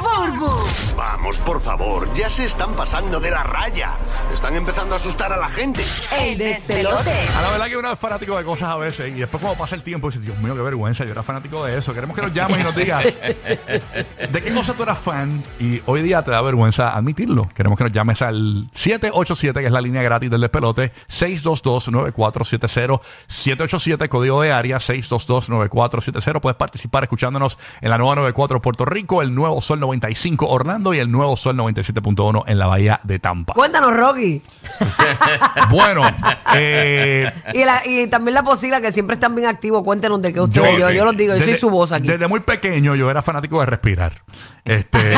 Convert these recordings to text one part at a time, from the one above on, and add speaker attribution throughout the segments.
Speaker 1: Burbu.
Speaker 2: Vamos, por favor, ya se están pasando de la raya. Están empezando a asustar a la gente.
Speaker 1: El despelote.
Speaker 3: A la verdad que uno es fanático de cosas a veces y después como pasa el tiempo dices, Dios mío, qué vergüenza, yo era fanático de eso. Queremos que nos llames y nos digas de qué cosa tú eras fan y hoy día te da vergüenza admitirlo. Queremos que nos llames al 787, que es la línea gratis del despelote, 622-9470, 787, código de área, 622-9470. Puedes participar escuchándonos en la nueva 94 Puerto Rico, el nuevo Sol 95 Orlando y el nuevo Sol 97.1 en la Bahía de Tampa.
Speaker 4: Cuéntanos, Rocky.
Speaker 3: Bueno, eh,
Speaker 4: Y, la- y también la posila, que siempre están bien activos. Cuéntanos de qué ustedes. Yo, yo,
Speaker 3: sí.
Speaker 4: los digo, yo soy
Speaker 3: Desde-
Speaker 4: su voz aquí.
Speaker 3: Desde muy pequeño yo era fanático de respirar. Este,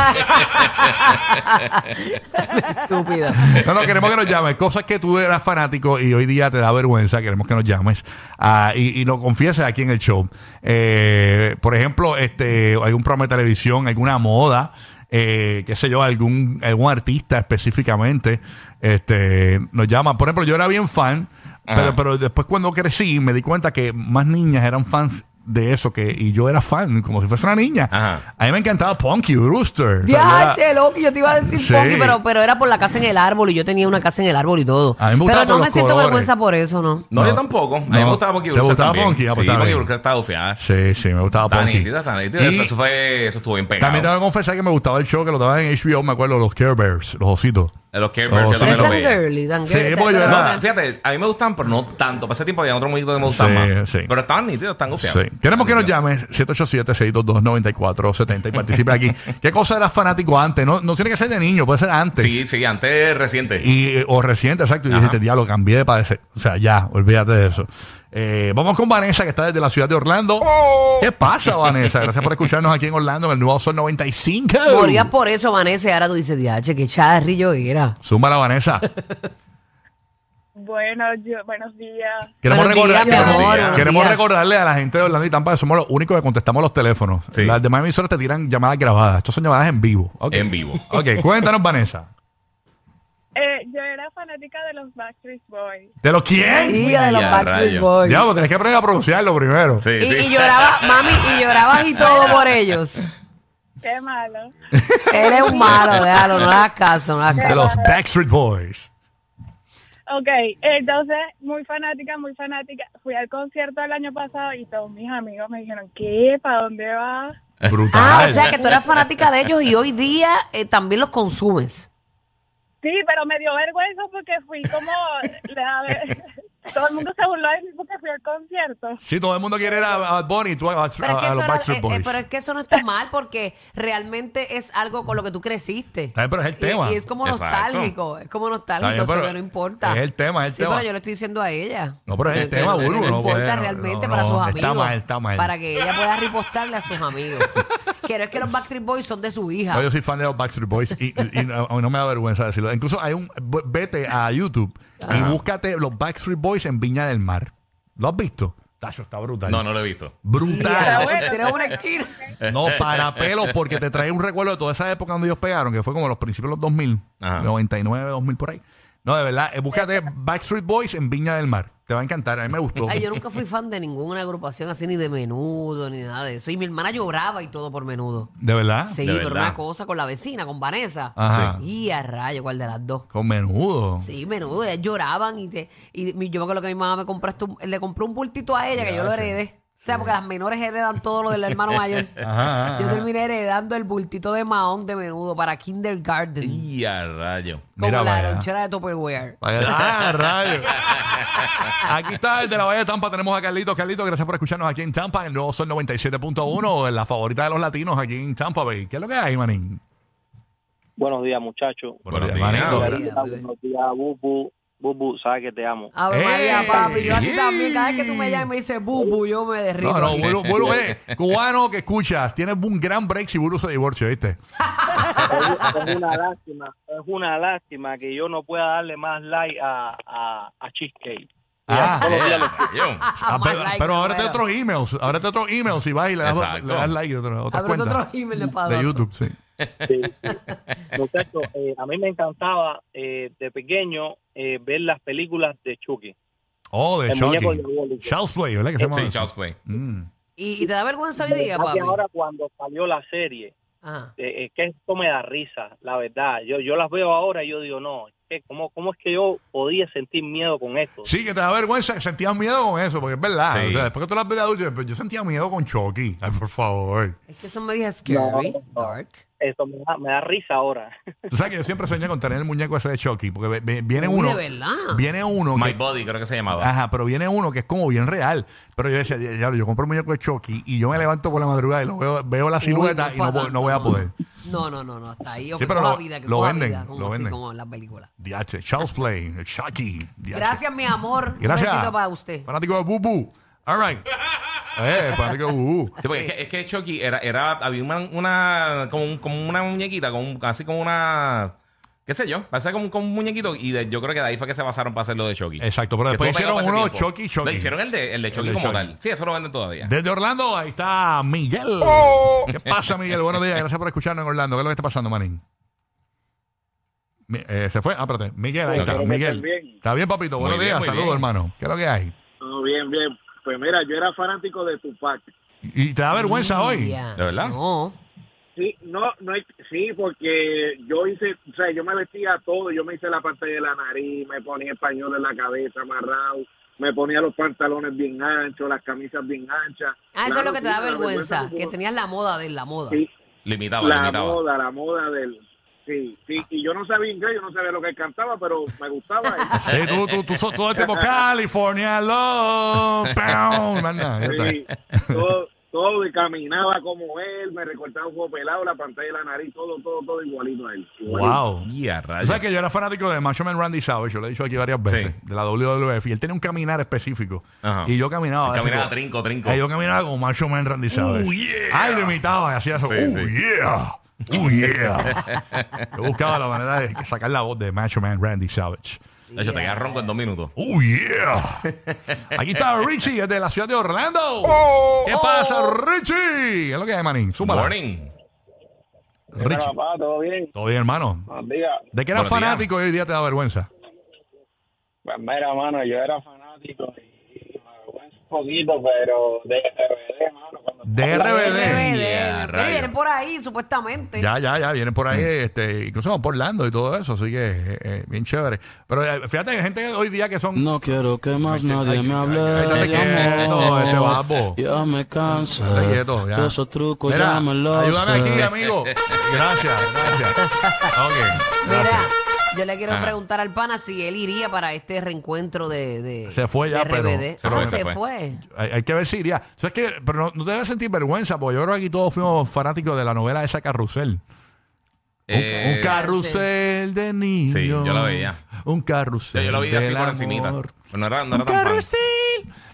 Speaker 4: Estúpido.
Speaker 3: no, no, queremos que nos llames. Cosas que tú eras fanático y hoy día te da vergüenza, queremos que nos llames ah, y, y lo confieses aquí en el show. Eh, por ejemplo, este, algún programa de televisión, alguna moda, eh, qué sé yo, algún, algún artista específicamente este, nos llama. Por ejemplo, yo era bien fan, pero, pero después cuando crecí me di cuenta que más niñas eran fans de eso que y yo era fan como si fuese una niña
Speaker 5: Ajá.
Speaker 3: a mí me encantaba Punky Rooster O sea, yo era-
Speaker 4: Diache, loco, yo te iba a decir
Speaker 3: Sí.
Speaker 4: funky, pero, pero era por la casa en el árbol y yo tenía una casa en el árbol y todo.
Speaker 3: A mí me gustaba
Speaker 4: pero no
Speaker 3: por
Speaker 4: me
Speaker 3: los
Speaker 4: siento
Speaker 3: colores.
Speaker 4: vergüenza por eso, ¿no?
Speaker 5: No,
Speaker 3: No.
Speaker 5: yo tampoco. A mí
Speaker 3: No.
Speaker 5: me gustaba Punky
Speaker 3: ¿Te
Speaker 5: Brewster
Speaker 3: gustaba
Speaker 5: también.
Speaker 3: Punky? Ah, pues
Speaker 5: Sí,
Speaker 3: está
Speaker 5: Punky
Speaker 3: bien.
Speaker 5: Brewster estaba bufiada.
Speaker 3: Sí, sí, me gustaba
Speaker 5: Está
Speaker 3: Punky.
Speaker 5: nítida, está nítida.
Speaker 3: Y
Speaker 5: Eso, eso fue, eso estuvo bien pegado.
Speaker 3: También tengo que confesar que me gustaba el show que lo daban en HBO, me acuerdo, los Care Bears, los ositos.
Speaker 5: Los Care Bears,
Speaker 3: Oh,
Speaker 5: yo
Speaker 3: sí. me
Speaker 4: Eres
Speaker 5: también lo
Speaker 4: tan
Speaker 5: veía.
Speaker 4: girly, tan
Speaker 3: Sí,
Speaker 4: girly, tan-
Speaker 3: porque yo
Speaker 4: tan-
Speaker 3: era-
Speaker 4: tan-
Speaker 5: No, fíjate, a mí me gustan, pero no tanto. Para ese tiempo había otro muñequito que me gustaban
Speaker 3: Sí,
Speaker 5: más.
Speaker 3: sí.
Speaker 5: Pero estaban nítidos, están gufiados.
Speaker 3: Sí. Queremos que nos llames 787-622-9470 y participe aquí. ¿Qué cosa eras fanático antes? No, no tiene que ser de niño, puede ser antes.
Speaker 5: Sí, sí, antes reciente.
Speaker 3: Y, o reciente, exacto. Y
Speaker 5: Ajá.
Speaker 3: dijiste, diablo, cambié de padecer. O sea, ya, olvídate de eso. Eh, vamos con Vanessa, que está desde la ciudad de Orlando. ¿Qué pasa, Vanessa? Gracias por escucharnos aquí en Orlando en el Nuevo Sol 95.
Speaker 4: Morías por eso, Vanessa, y ahora tú dices, diache, qué charri yo era.
Speaker 3: Zumba la Vanessa.
Speaker 6: Bueno, yo, buenos días.
Speaker 3: Queremos,
Speaker 4: Buenos días,
Speaker 3: recordar-
Speaker 4: mi
Speaker 3: queremos-
Speaker 5: amor, buenos
Speaker 3: queremos
Speaker 4: días.
Speaker 3: recordarle a la gente de Orlando y Tampa que somos los únicos que contestamos los teléfonos.
Speaker 5: Sí.
Speaker 3: Las demás emisoras te tiran llamadas grabadas. Estas son llamadas en vivo. Ok.
Speaker 5: En vivo.
Speaker 3: Ok, cuéntanos, Vanessa.
Speaker 6: Eh, yo era fanática de los Backstreet Boys.
Speaker 3: ¿De los quién?
Speaker 4: Hija de los
Speaker 5: Ya,
Speaker 4: Backstreet
Speaker 5: rayos.
Speaker 4: Boys.
Speaker 3: Diablo, tenés que aprender a pronunciarlo primero.
Speaker 5: Sí,
Speaker 4: Y,
Speaker 5: sí.
Speaker 4: y lloraba, mami, y llorabas y todo por ellos.
Speaker 6: Qué malo.
Speaker 4: Él es un malo, déjalo, no le hagas caso, no le hagas
Speaker 3: De
Speaker 4: caso.
Speaker 3: los Backstreet Boys.
Speaker 6: Ok, entonces, muy fanática, muy fanática. Fui al concierto el año pasado y todos mis amigos me dijeron, ¿qué? ¿Para dónde vas?
Speaker 3: Brutal.
Speaker 4: Ah, o sea que tú eras fanática de ellos y hoy día eh, también los consumes.
Speaker 6: Sí, pero me dio vergüenza porque fui como... la ve- todo el mundo se burló de mí porque fui al concierto.
Speaker 3: Sí, todo el mundo quiere ir a, a Bad Bunny, tú a, a-
Speaker 4: Pero, es
Speaker 3: a
Speaker 4: que eso
Speaker 3: los
Speaker 4: no-
Speaker 3: Backstreet
Speaker 4: eh,
Speaker 3: Boys.
Speaker 4: eh, pero es que eso no está mal porque realmente es algo con lo que tú creciste.
Speaker 3: Está bien, pero es el
Speaker 4: Y-
Speaker 3: tema.
Speaker 4: Y, es como
Speaker 5: Exacto.
Speaker 4: nostálgico, es como
Speaker 3: Está
Speaker 4: nostálgico,
Speaker 3: bien,
Speaker 4: eso
Speaker 3: pero
Speaker 4: que no importa.
Speaker 3: es el tema, es el
Speaker 4: sí,
Speaker 3: tema.
Speaker 4: pero yo le estoy diciendo a ella.
Speaker 3: No, pero es el
Speaker 4: Que- que
Speaker 3: tema,
Speaker 4: no-
Speaker 3: Burbu,
Speaker 4: No,
Speaker 3: no
Speaker 4: importa
Speaker 3: puede, no,
Speaker 4: realmente
Speaker 3: no,
Speaker 4: para
Speaker 3: no,
Speaker 4: sus amigos.
Speaker 3: está mal, está mal.
Speaker 4: Para que ella pueda ripostarle a sus amigos. Pero es que los Backstreet Boys son de su hija.
Speaker 3: No, yo soy fan de los Backstreet Boys y, y- y no, no me da vergüenza decirlo. Incluso hay un v- vete a YouTube y búscate los Backstreet Boys en Viña del Mar. ¿Lo has visto? Tacho, está brutal.
Speaker 5: No, no lo he visto.
Speaker 4: Tía,
Speaker 3: Brutal.
Speaker 6: bueno.
Speaker 4: Tienes una esquina.
Speaker 3: No, para pelos, porque te trae un recuerdo de toda esa época donde ellos pegaron, que fue como los principios de los 2000,
Speaker 5: Ajá.
Speaker 3: 99, 2000 por ahí. No, de verdad, eh, búscate Backstreet Boys en Viña del Mar. Te va a encantar, a mí me gustó.
Speaker 4: Ay, yo nunca fui fan de ninguna agrupación así, ni de menudo, ni nada de eso. Y mi hermana lloraba y todo por menudo.
Speaker 3: Ah, ¿De verdad?
Speaker 4: Sí,
Speaker 5: ¿De
Speaker 4: pero
Speaker 5: verdad?
Speaker 4: una cosa con la vecina, con Vanessa.
Speaker 3: Ajá.
Speaker 4: Y a rayo, ¿cuál de las dos?
Speaker 3: Con menudo.
Speaker 4: Sí, menudo, ellas lloraban y, te, y mi- yo me acuerdo que mi mamá me compró esto- le compró un bultito a ella que yo lo heredé. O sea, porque las menores heredan todo lo del hermano mayor.
Speaker 3: Ajá,
Speaker 4: Yo
Speaker 3: ajá.
Speaker 4: terminé heredando el bultito de Mahón de menudo para kindergarten.
Speaker 5: Y a rayo.
Speaker 4: Como
Speaker 3: Mira,
Speaker 4: la
Speaker 3: vaya.
Speaker 4: lonchera de Tupperware.
Speaker 3: Vaya- Ah, rayo. Aquí está desde la Bahía de Tampa. Tenemos a Carlitos. Carlitos, gracias por escucharnos aquí en Tampa. En el nuevo Sol 97.1, en la favorita de los latinos aquí en Tampa Bay. ¿Qué es lo que hay, manín?
Speaker 7: Buenos días, muchachos.
Speaker 5: Buenos
Speaker 3: Buenos
Speaker 5: días.
Speaker 3: días, manito.
Speaker 7: Buenos días, Bubu. Bubu, sabes que te amo.
Speaker 4: Ave María,
Speaker 3: ¡Ey!
Speaker 4: papi. Yo a ti también. Cada vez que tú me llamas y me dices bubu, yo me derrito.
Speaker 3: No, no,
Speaker 4: aquí.
Speaker 3: Buru, Buru, eh, cubano que escuchas, tienes un gran break si Buru se divorcia, ¿viste?
Speaker 7: Es, es una lástima, es una lástima que yo no pueda darle más like a, a, a Cheesecake.
Speaker 3: Ah,
Speaker 7: Todos los días le-
Speaker 3: ah,
Speaker 4: Más
Speaker 3: pero,
Speaker 4: like,
Speaker 3: pero
Speaker 4: no,
Speaker 3: ahora te
Speaker 4: pero-
Speaker 3: otros emails, ahora te otros emails y vas y le das,
Speaker 5: Exacto.
Speaker 3: le das like a otra, otra
Speaker 4: Abre
Speaker 3: cuenta
Speaker 4: Ah, otro email de
Speaker 3: de
Speaker 4: Padua.
Speaker 3: YouTube, sí.
Speaker 7: Sí, sí. Muchacho, eh, a mí me encantaba eh, de pequeño eh, ver las películas de Chucky.
Speaker 3: Oh, de
Speaker 7: El muñeco
Speaker 3: Chucky.
Speaker 7: diabólico.
Speaker 3: Child's Play, ¿verdad? Que se llama
Speaker 5: Sí,
Speaker 3: eso?
Speaker 5: Child's Play.
Speaker 3: Mm.
Speaker 4: ¿Y, y te da vergüenza hoy día,
Speaker 7: Más
Speaker 4: papi? Ah,
Speaker 7: que ahora cuando salió la serie,
Speaker 4: Ajá.
Speaker 7: eh, es que esto me da risa, la verdad. Yo yo las veo ahora y yo digo, no, es que ¿cómo, ¿cómo es que yo podía sentir miedo con esto?
Speaker 3: Sí, que te da vergüenza, que sentías miedo con eso, porque es verdad.
Speaker 5: Sí.
Speaker 3: O sea, después que tú las ves de adulto, pues, yo- yo sentía miedo con Chucky. Ay, por favor.
Speaker 4: Es que eso me dice scary,
Speaker 7: No, no.
Speaker 4: dark.
Speaker 7: Eso me da, me da risa ahora.
Speaker 3: Tú sabes que yo siempre soñé con tener el muñeco ese de Chucky, porque ve- ve- viene
Speaker 4: Uy,
Speaker 3: uno.
Speaker 4: de verdad.
Speaker 3: Viene uno. que-
Speaker 5: My Body, creo que se llamaba.
Speaker 3: Ajá, pero viene uno que es como bien real. Pero yo decía, ya, yo compro un muñeco de Chucky y yo me levanto por la madrugada y lo veo, veo la silueta
Speaker 4: Uy,
Speaker 3: y no,
Speaker 4: pa'
Speaker 3: puedo- no voy a
Speaker 4: tanto,
Speaker 3: poder.
Speaker 4: No, no, no, no, hasta ahí. o
Speaker 3: Sí,
Speaker 4: que
Speaker 3: pero
Speaker 4: coja
Speaker 3: lo-
Speaker 4: vida, que
Speaker 3: lo
Speaker 4: coja
Speaker 3: venden,
Speaker 4: vida, como
Speaker 3: lo
Speaker 4: así,
Speaker 3: venden.
Speaker 4: como en las películas.
Speaker 3: DH, Charles Play, el Chucky. DH.
Speaker 4: Gracias, mi amor.
Speaker 3: Gracias.
Speaker 4: Un besito para usted.
Speaker 3: Fanático de Bubu. All right. eh, fanático de Bubu.
Speaker 5: Sí, porque es que, es que Chucky era, era había una, una como, un- como una muñequita, como un- así como una qué sé yo, parecía como, como un muñequito y de- yo creo que de ahí fue que se basaron para hacer lo de Chucky.
Speaker 3: Exacto, pero
Speaker 5: Que
Speaker 3: después
Speaker 5: estuvo pegado
Speaker 3: hicieron
Speaker 5: para
Speaker 3: uno
Speaker 5: ese tiempo.
Speaker 3: Chucky, Chucky.
Speaker 5: Le hicieron el de, el de Chucky
Speaker 3: de
Speaker 5: como
Speaker 3: Chucky.
Speaker 5: tal. Sí, eso lo venden todavía.
Speaker 3: Desde Orlando, ahí está Miguel.
Speaker 5: Oh.
Speaker 3: ¿Qué pasa, Miguel? Buenos días, gracias por escucharnos en Orlando. ¿Qué es lo que está pasando, Manín? Mi- eh, se fue, ah, espérate. Miguel, ahí
Speaker 5: Yo
Speaker 3: está.
Speaker 5: creo
Speaker 7: que
Speaker 3: Miguel.
Speaker 7: estén bien.
Speaker 3: Está bien, papito. Buenos
Speaker 5: bien,
Speaker 3: días,
Speaker 5: muy
Speaker 3: saludos,
Speaker 5: bien.
Speaker 3: hermano. ¿Qué es lo que hay?
Speaker 7: bien, bien. Pues mira, yo era fanático de Tupac.
Speaker 3: Y y te da vergüenza hoy.
Speaker 4: Ya.
Speaker 5: ¿De verdad?
Speaker 4: No.
Speaker 7: Sí, no, no, hay- sí, porque yo hice, Este, o sea, yo me vestía todo, yo me hice la parte de la nariz, me ponía el pañuelo en la cabeza amarrado, me ponía los pantalones bien anchos, las camisas bien anchas.
Speaker 4: Ah, eso
Speaker 7: La
Speaker 4: es lo que te da
Speaker 7: rutina, la
Speaker 4: vergüenza, que
Speaker 7: como-
Speaker 4: tenías la moda de la moda.
Speaker 7: Sí,
Speaker 5: Limitaba,
Speaker 7: la
Speaker 5: limitaba.
Speaker 7: moda, la moda del... Sí, sí, y yo no sabía inglés, yo no sabía lo que cantaba, pero me gustaba.
Speaker 3: Sí, tú, tú, tú, todo el tiempo California Love. ¡Pam! Más nada, ya está.
Speaker 7: Sí, todo, todo, y caminaba como él, me recortaba un poco pelado, la pantalla de la nariz, todo, todo, todo igualito a él. igualito.
Speaker 3: Wow.
Speaker 5: Y a
Speaker 3: O
Speaker 5: rayos.
Speaker 3: sea que yo era fanático de Macho Man Randy Savage, yo lo he dicho aquí varias veces,
Speaker 5: Sí.
Speaker 3: de la WWF, y él tenía un caminar específico.
Speaker 5: Ajá.
Speaker 3: Y yo caminaba.
Speaker 5: Él caminaba
Speaker 3: así como-
Speaker 5: trinco, trinco.
Speaker 3: Eh, yo caminaba como Macho Man Randy Savage.
Speaker 5: Uh, yeah.
Speaker 3: Ay, lo imitaba y hacía eso.
Speaker 5: Sí,
Speaker 3: ¡Uh,
Speaker 5: sí.
Speaker 3: yeah! ¡Uh, yeah! yo buscaba la manera de sacar la voz de Macho Man Randy Savage.
Speaker 5: de hecho, te quedas ronco en dos minutos.
Speaker 3: ¡Uh, yeah! Aquí está Richie, desde la ciudad de Orlando. ¿Qué pasa, Richie? ¿Qué es lo que hay, manín? Súmala.
Speaker 5: Morning.
Speaker 3: Richie.
Speaker 7: papá, todo bien.
Speaker 3: Todo bien, hermano.
Speaker 7: Buenos días.
Speaker 3: ¿De qué eras
Speaker 5: Buenos días.
Speaker 3: fanático y hoy día te da vergüenza?
Speaker 7: Pues mira, mano, yo era fanático y me avergüenza un poquito, pero de RBD, mano. Cuando
Speaker 3: De RBD.
Speaker 4: RBD.
Speaker 5: Ya,
Speaker 4: Pero
Speaker 5: rayos.
Speaker 4: vienen por ahí, supuestamente.
Speaker 3: Ya, ya, ya, vienen por ahí,
Speaker 5: Mm.
Speaker 3: este, incluso van por Orlando y todo eso, así que eh, eh, bien chévere. Pero eh, fíjate, hay gente hoy día que son...
Speaker 8: No quiero que más
Speaker 3: Ay,
Speaker 8: nadie
Speaker 3: ay,
Speaker 8: me hable
Speaker 3: ay, ay,
Speaker 8: de
Speaker 3: quieto,
Speaker 8: amor.
Speaker 3: este babo.
Speaker 8: Ya me cansé.
Speaker 3: Estate quieto, ya.
Speaker 8: De esos trucos
Speaker 3: Mira,
Speaker 8: ya me los
Speaker 3: ayúdame
Speaker 8: sé.
Speaker 3: aquí, amigo. Gracias, gracias. Ok,
Speaker 4: Mira,
Speaker 3: gracias. Ah.
Speaker 4: yo le quiero
Speaker 5: Ajá.
Speaker 4: preguntar al pana si él iría para este reencuentro de, de
Speaker 3: Se fue ya,
Speaker 4: de
Speaker 3: pero-
Speaker 4: RBD.
Speaker 5: se fue,
Speaker 4: Ah,
Speaker 5: se
Speaker 4: se
Speaker 5: fue.
Speaker 4: fue.
Speaker 3: Hay, hay que ver si iría. ¿Sabes qué? Pero no, no te debes sentir vergüenza, porque yo creo que aquí todos fuimos fanáticos de la novela esa Carrusel. Un,
Speaker 5: Eh,
Speaker 3: un carrusel de niños.
Speaker 5: Sí, yo la veía.
Speaker 3: Un
Speaker 5: sí,
Speaker 3: carrusel.
Speaker 5: yo lo vi así
Speaker 3: del
Speaker 5: por encimita.
Speaker 3: amor.
Speaker 5: Pero No era,
Speaker 3: Un
Speaker 5: no era tan fan.
Speaker 3: carrusel.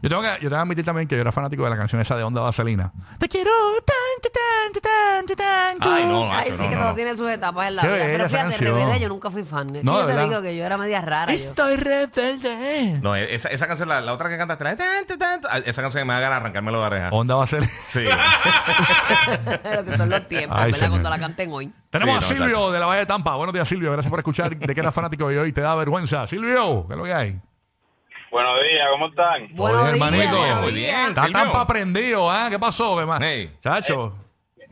Speaker 3: Yo tengo, que, yo tengo que admitir también que yo era fanático de la canción esa de Onda Vaselina. Te quiero tanto, tanto, tanto, tanto.
Speaker 5: Ay, no, macho,
Speaker 4: Ay, sí
Speaker 5: no,
Speaker 4: que
Speaker 5: no,
Speaker 4: todo
Speaker 5: no.
Speaker 4: tiene sus etapas en la
Speaker 3: Qué
Speaker 4: vida.
Speaker 3: bella
Speaker 4: Pero
Speaker 3: esa
Speaker 4: fíjate,
Speaker 3: canción.
Speaker 4: RBD yo nunca fui fan. Es que
Speaker 3: No,
Speaker 4: yo
Speaker 3: de
Speaker 4: te
Speaker 3: verdad.
Speaker 4: digo que yo era media rara. yo.
Speaker 3: Estoy rebelde.
Speaker 5: No, e-, esa, esa canción, la, la otra que cantaste, la de tanto, tanto, ah, esa canción me da ganas de arrancármelo de la oreja.
Speaker 3: Onda Vaselina.
Speaker 5: Sí.
Speaker 4: Lo que son los tiempos,
Speaker 3: Ay,
Speaker 4: ¿verdad?
Speaker 3: señor.
Speaker 4: Cuando la canten hoy.
Speaker 3: Tenemos
Speaker 5: Sí,
Speaker 3: a
Speaker 5: no,
Speaker 3: Silvio
Speaker 5: chacho.
Speaker 3: de la Valle de Tampa. Buenos días, Silvio. Gracias por escuchar de qué eras fanático de hoy. Te da vergüenza. Silvio, ¿qué es lo que hay?
Speaker 7: Buenos días, ¿cómo están?
Speaker 4: Buenos
Speaker 3: Oye,
Speaker 4: días,
Speaker 3: hermanito.
Speaker 4: buenos
Speaker 5: Muy bien,
Speaker 4: días.
Speaker 3: Está
Speaker 5: Silvio.
Speaker 3: Tampa prendido, ¿ah? ¿Qué pasó, hermano?
Speaker 5: Hey.
Speaker 3: Chacho.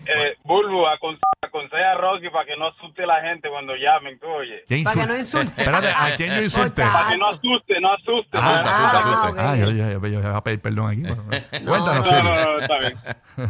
Speaker 7: Eh, Bulbo, aconse- aconseja a Rocky para que no asuste a la gente cuando llamen, tú oye.
Speaker 3: ¿Quién
Speaker 4: Para que
Speaker 3: insul-
Speaker 4: no insulte.
Speaker 3: Espérate, ¿a quién yo insulté?
Speaker 4: Ocha.
Speaker 7: Para que no asuste, no asuste.
Speaker 5: Asusta,
Speaker 7: ¿sabes?
Speaker 5: asusta,
Speaker 4: Ah,
Speaker 5: asusta.
Speaker 4: ok.
Speaker 3: Ah, yo, yo, yo- yo voy a pedir perdón aquí. pero- Cuéntanos,
Speaker 7: No, no,
Speaker 3: Silvio.
Speaker 7: no, está bien.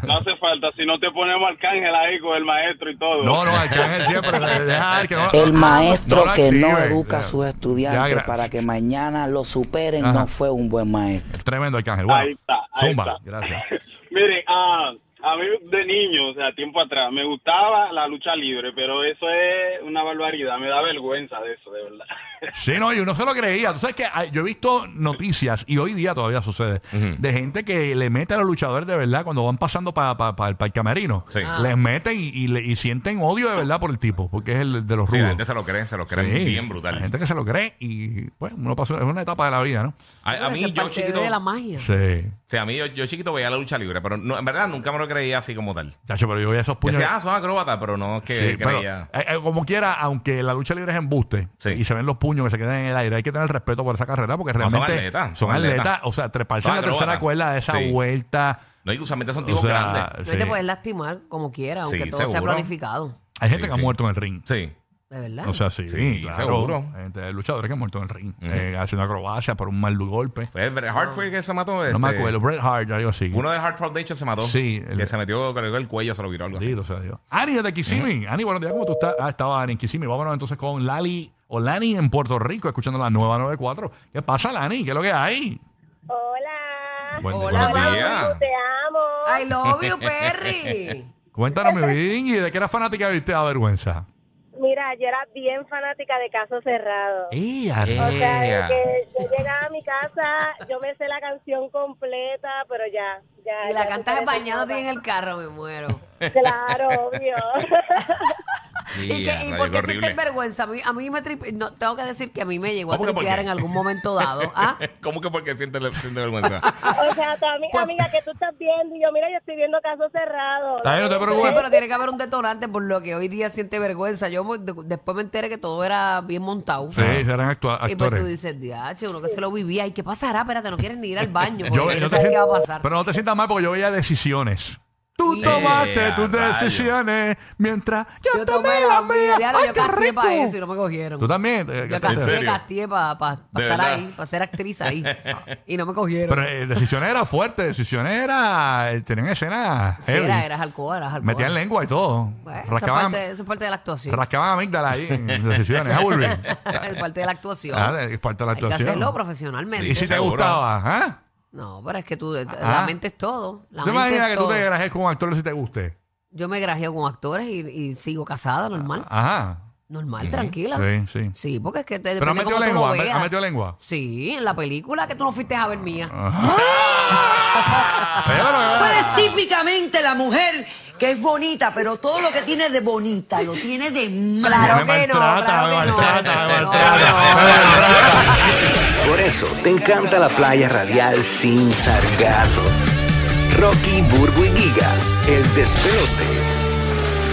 Speaker 7: No hace falta, si no te ponemos arcángel ahí con el maestro y todo.
Speaker 3: No, no, Arcángel siempre. Deja que no-
Speaker 9: El maestro
Speaker 3: no lo
Speaker 9: que no
Speaker 3: active.
Speaker 9: educa a sus estudiantes
Speaker 3: gra-
Speaker 9: para que mañana lo superen
Speaker 3: Ajá.
Speaker 9: no fue un buen maestro.
Speaker 3: Tremendo Arcángel. Bueno,
Speaker 7: Ahí está, ahí
Speaker 3: Zumba,
Speaker 7: está.
Speaker 3: gracias.
Speaker 7: Miren, ah,
Speaker 10: A mí de niño, o sea, tiempo atrás, me gustaba la lucha libre, pero eso es una barbaridad, me da vergüenza de eso, de verdad.
Speaker 3: Sí, no, yo no se lo creía. Tú sabes que ah, yo he visto noticias, y hoy día todavía sucede, de gente que le mete a los luchadores de verdad cuando van pasando para el camerino.
Speaker 5: Ah.
Speaker 3: Les meten y, y le- y sienten odio de verdad por el tipo, porque es el de los
Speaker 5: Sí, la
Speaker 3: rudos.
Speaker 5: gente se lo cree, se lo cree
Speaker 3: Sí.
Speaker 5: bien
Speaker 3: La
Speaker 5: brutal.
Speaker 3: gente que se lo cree y, bueno, uno pasa, es una etapa de la vida, ¿no?
Speaker 5: A, a
Speaker 4: Esa
Speaker 5: mí,
Speaker 4: es
Speaker 5: yo
Speaker 4: parte
Speaker 5: chiquito.
Speaker 4: de la magia.
Speaker 3: Sí.
Speaker 5: Sí, a mí, yo, yo chiquito veía la lucha libre, pero no, en verdad nunca me lo creía así como tal.
Speaker 3: Chacho, pero yo veía esos
Speaker 5: Yo
Speaker 3: puños.
Speaker 5: decía, ah, son acróbatas, pero no es que
Speaker 3: Sí, pero,
Speaker 5: creía.
Speaker 3: eh, eh, como quiera, aunque la lucha libre es embuste y se ven los puños que se quedan en el aire, hay que tener respeto por esa carrera porque
Speaker 5: No,
Speaker 3: realmente
Speaker 5: son atletas,
Speaker 3: son
Speaker 5: son
Speaker 3: atletas.
Speaker 5: atletas.
Speaker 3: O sea, treparse
Speaker 5: Son
Speaker 3: en la tercera
Speaker 5: acróbatas.
Speaker 3: cuerda de esa
Speaker 5: Sí.
Speaker 3: vuelta.
Speaker 5: No, y usualmente son
Speaker 3: o
Speaker 5: tipos
Speaker 3: sea,
Speaker 5: grandes.
Speaker 4: No te puedes lastimar como quiera, aunque
Speaker 5: Sí,
Speaker 4: todo sea
Speaker 5: seguro.
Speaker 4: planificado.
Speaker 3: Hay gente
Speaker 5: Sí,
Speaker 3: que
Speaker 5: sí.
Speaker 3: ha muerto en el ring.
Speaker 5: Sí.
Speaker 4: De verdad.
Speaker 3: O sea, sí,
Speaker 5: Sí,
Speaker 3: claro.
Speaker 5: seguro.
Speaker 3: Hay gente- hay luchadores que han muerto en el ring eh, haciendo acrobacia por un mal golpe.
Speaker 5: Pues, Bret Hart fue el que se mató. este,
Speaker 3: No me acuerdo. Bret Hart, algo así.
Speaker 5: Uno del Hart Foundation se mató.
Speaker 3: Sí, el-
Speaker 5: Que se metió, creo que el cuello se lo viró algo así.
Speaker 3: Bendito sea Dios. Ani desde Kissimmee. Ani, buenos días, ¿cómo tú estás? Ah, estaba Ani en Kissimmee. Vámonos entonces con Lali o Lani en Puerto Rico, escuchando la nueva 94. ¿Qué pasa, Lani? ¿Qué es lo que hay?
Speaker 11: Hola.
Speaker 3: Buen-
Speaker 4: Hola,
Speaker 3: buenos
Speaker 4: mamá.
Speaker 3: días.
Speaker 11: Te amo.
Speaker 4: I love you, Perry.
Speaker 3: Cuéntanos, mi Vinny, ¿de qué era fanática de usted da vergüenza?
Speaker 11: Mira, yo era bien fanática de Caso Cerrado.
Speaker 3: ¡Ea!
Speaker 11: O
Speaker 5: Eh,
Speaker 11: sea, de que yo llegaba a mi casa, yo me sé la canción completa, pero ya, ya.
Speaker 4: Y la
Speaker 11: ya
Speaker 4: cantas
Speaker 11: superé esa
Speaker 4: bañándote en el carro, me muero.
Speaker 11: etapa. Claro, obvio.
Speaker 4: ¿Y, qué- y
Speaker 5: rayo,
Speaker 4: por qué
Speaker 5: horrible.
Speaker 4: sientes vergüenza? A mí, a mí me tri- no, tengo que decir que a mí me llegó a
Speaker 5: ¿Cómo que por
Speaker 4: tripear
Speaker 5: qué?
Speaker 4: en algún momento dado. ¿Ah?
Speaker 5: ¿Cómo que porque siente, siente vergüenza?
Speaker 11: O sea, tu
Speaker 4: Pues-
Speaker 11: amiga, amiga que tú estás viendo, y yo, mira, yo estoy viendo Caso Cerrado.
Speaker 3: Ay, no te
Speaker 4: Sí,
Speaker 3: preocupes.
Speaker 4: pero tiene que haber un detonante por lo que hoy día siente vergüenza. Yo mo- de- después me enteré que todo era bien montado.
Speaker 3: Sí,
Speaker 5: eh.
Speaker 3: serán actua-
Speaker 4: Y pues tú
Speaker 3: actores.
Speaker 4: dices, diache, uno que se lo vivía. ¿Y qué pasará? Espérate, no quieres ni ir al baño.
Speaker 3: Yo-
Speaker 4: porque
Speaker 3: yo
Speaker 4: no
Speaker 3: te
Speaker 4: sabes
Speaker 3: siento-
Speaker 4: qué va a pasar.
Speaker 3: Pero no te sientas mal porque yo veía decisiones. Tú
Speaker 4: Sí.
Speaker 3: tomaste
Speaker 5: Eh,
Speaker 3: tus
Speaker 5: a rayos.
Speaker 3: decisiones mientras yo,
Speaker 4: yo
Speaker 3: tomé,
Speaker 4: la
Speaker 3: las mías.
Speaker 4: mía.
Speaker 3: ¡Ay,
Speaker 4: Yo
Speaker 3: qué
Speaker 4: castié para eso y
Speaker 3: rico!
Speaker 4: no me cogieron.
Speaker 3: Tú también. eh,
Speaker 4: Yo
Speaker 3: ¿qué te-
Speaker 4: castié,
Speaker 5: serio?
Speaker 4: castié para
Speaker 5: ¿De
Speaker 4: estar
Speaker 5: verdad?
Speaker 4: ahí, para ser actriz ahí. y no me cogieron.
Speaker 3: Pero eh, decisiones era fuerte, decisiones era. eh, Tenían escenas.
Speaker 4: Sí,
Speaker 3: heavy.
Speaker 4: era, eras alcohol, eras alcohol.
Speaker 3: Metían lengua y todo.
Speaker 4: Bueno, eso, es
Speaker 3: rascaban,
Speaker 4: parte, eso es parte de la actuación.
Speaker 3: rascaban amígdala ahí en decisiones. Ah, Wolverine.
Speaker 4: es parte de la actuación.
Speaker 3: Ah, es parte de la
Speaker 4: Hay que
Speaker 3: actuación.
Speaker 4: hacerlo profesionalmente.
Speaker 3: Y si te
Speaker 5: Seguro.
Speaker 3: gustaba, ¿ah?
Speaker 4: No, pero es que tú,
Speaker 3: Ah.
Speaker 4: la mente es todo. La
Speaker 3: ¿Tú te
Speaker 4: mente
Speaker 3: imaginas
Speaker 4: es
Speaker 3: que
Speaker 4: todo.
Speaker 3: tú te grajes con un actor si te guste?
Speaker 4: Yo me grajeo con actores y, y sigo casada, normal.
Speaker 3: Ajá.
Speaker 4: Normal, tranquila.
Speaker 3: Sí, sí.
Speaker 4: Sí, porque es que te
Speaker 3: Pero ha
Speaker 4: depende
Speaker 3: metido
Speaker 4: cómo tú lo
Speaker 3: lengua, ha
Speaker 4: veas.
Speaker 3: metido lengua. Ah.
Speaker 4: Sí, en la película que tú no fuiste a ver mía.
Speaker 3: Pero,
Speaker 1: Tú eres típicamente la mujer que es bonita, pero todo lo que tiene de bonita lo tiene de mala.
Speaker 4: Claro que no, claro que no. No,
Speaker 12: Por eso, te encanta la playa radial sin sargazo. Rocky, Burbu y Giga, el despelote.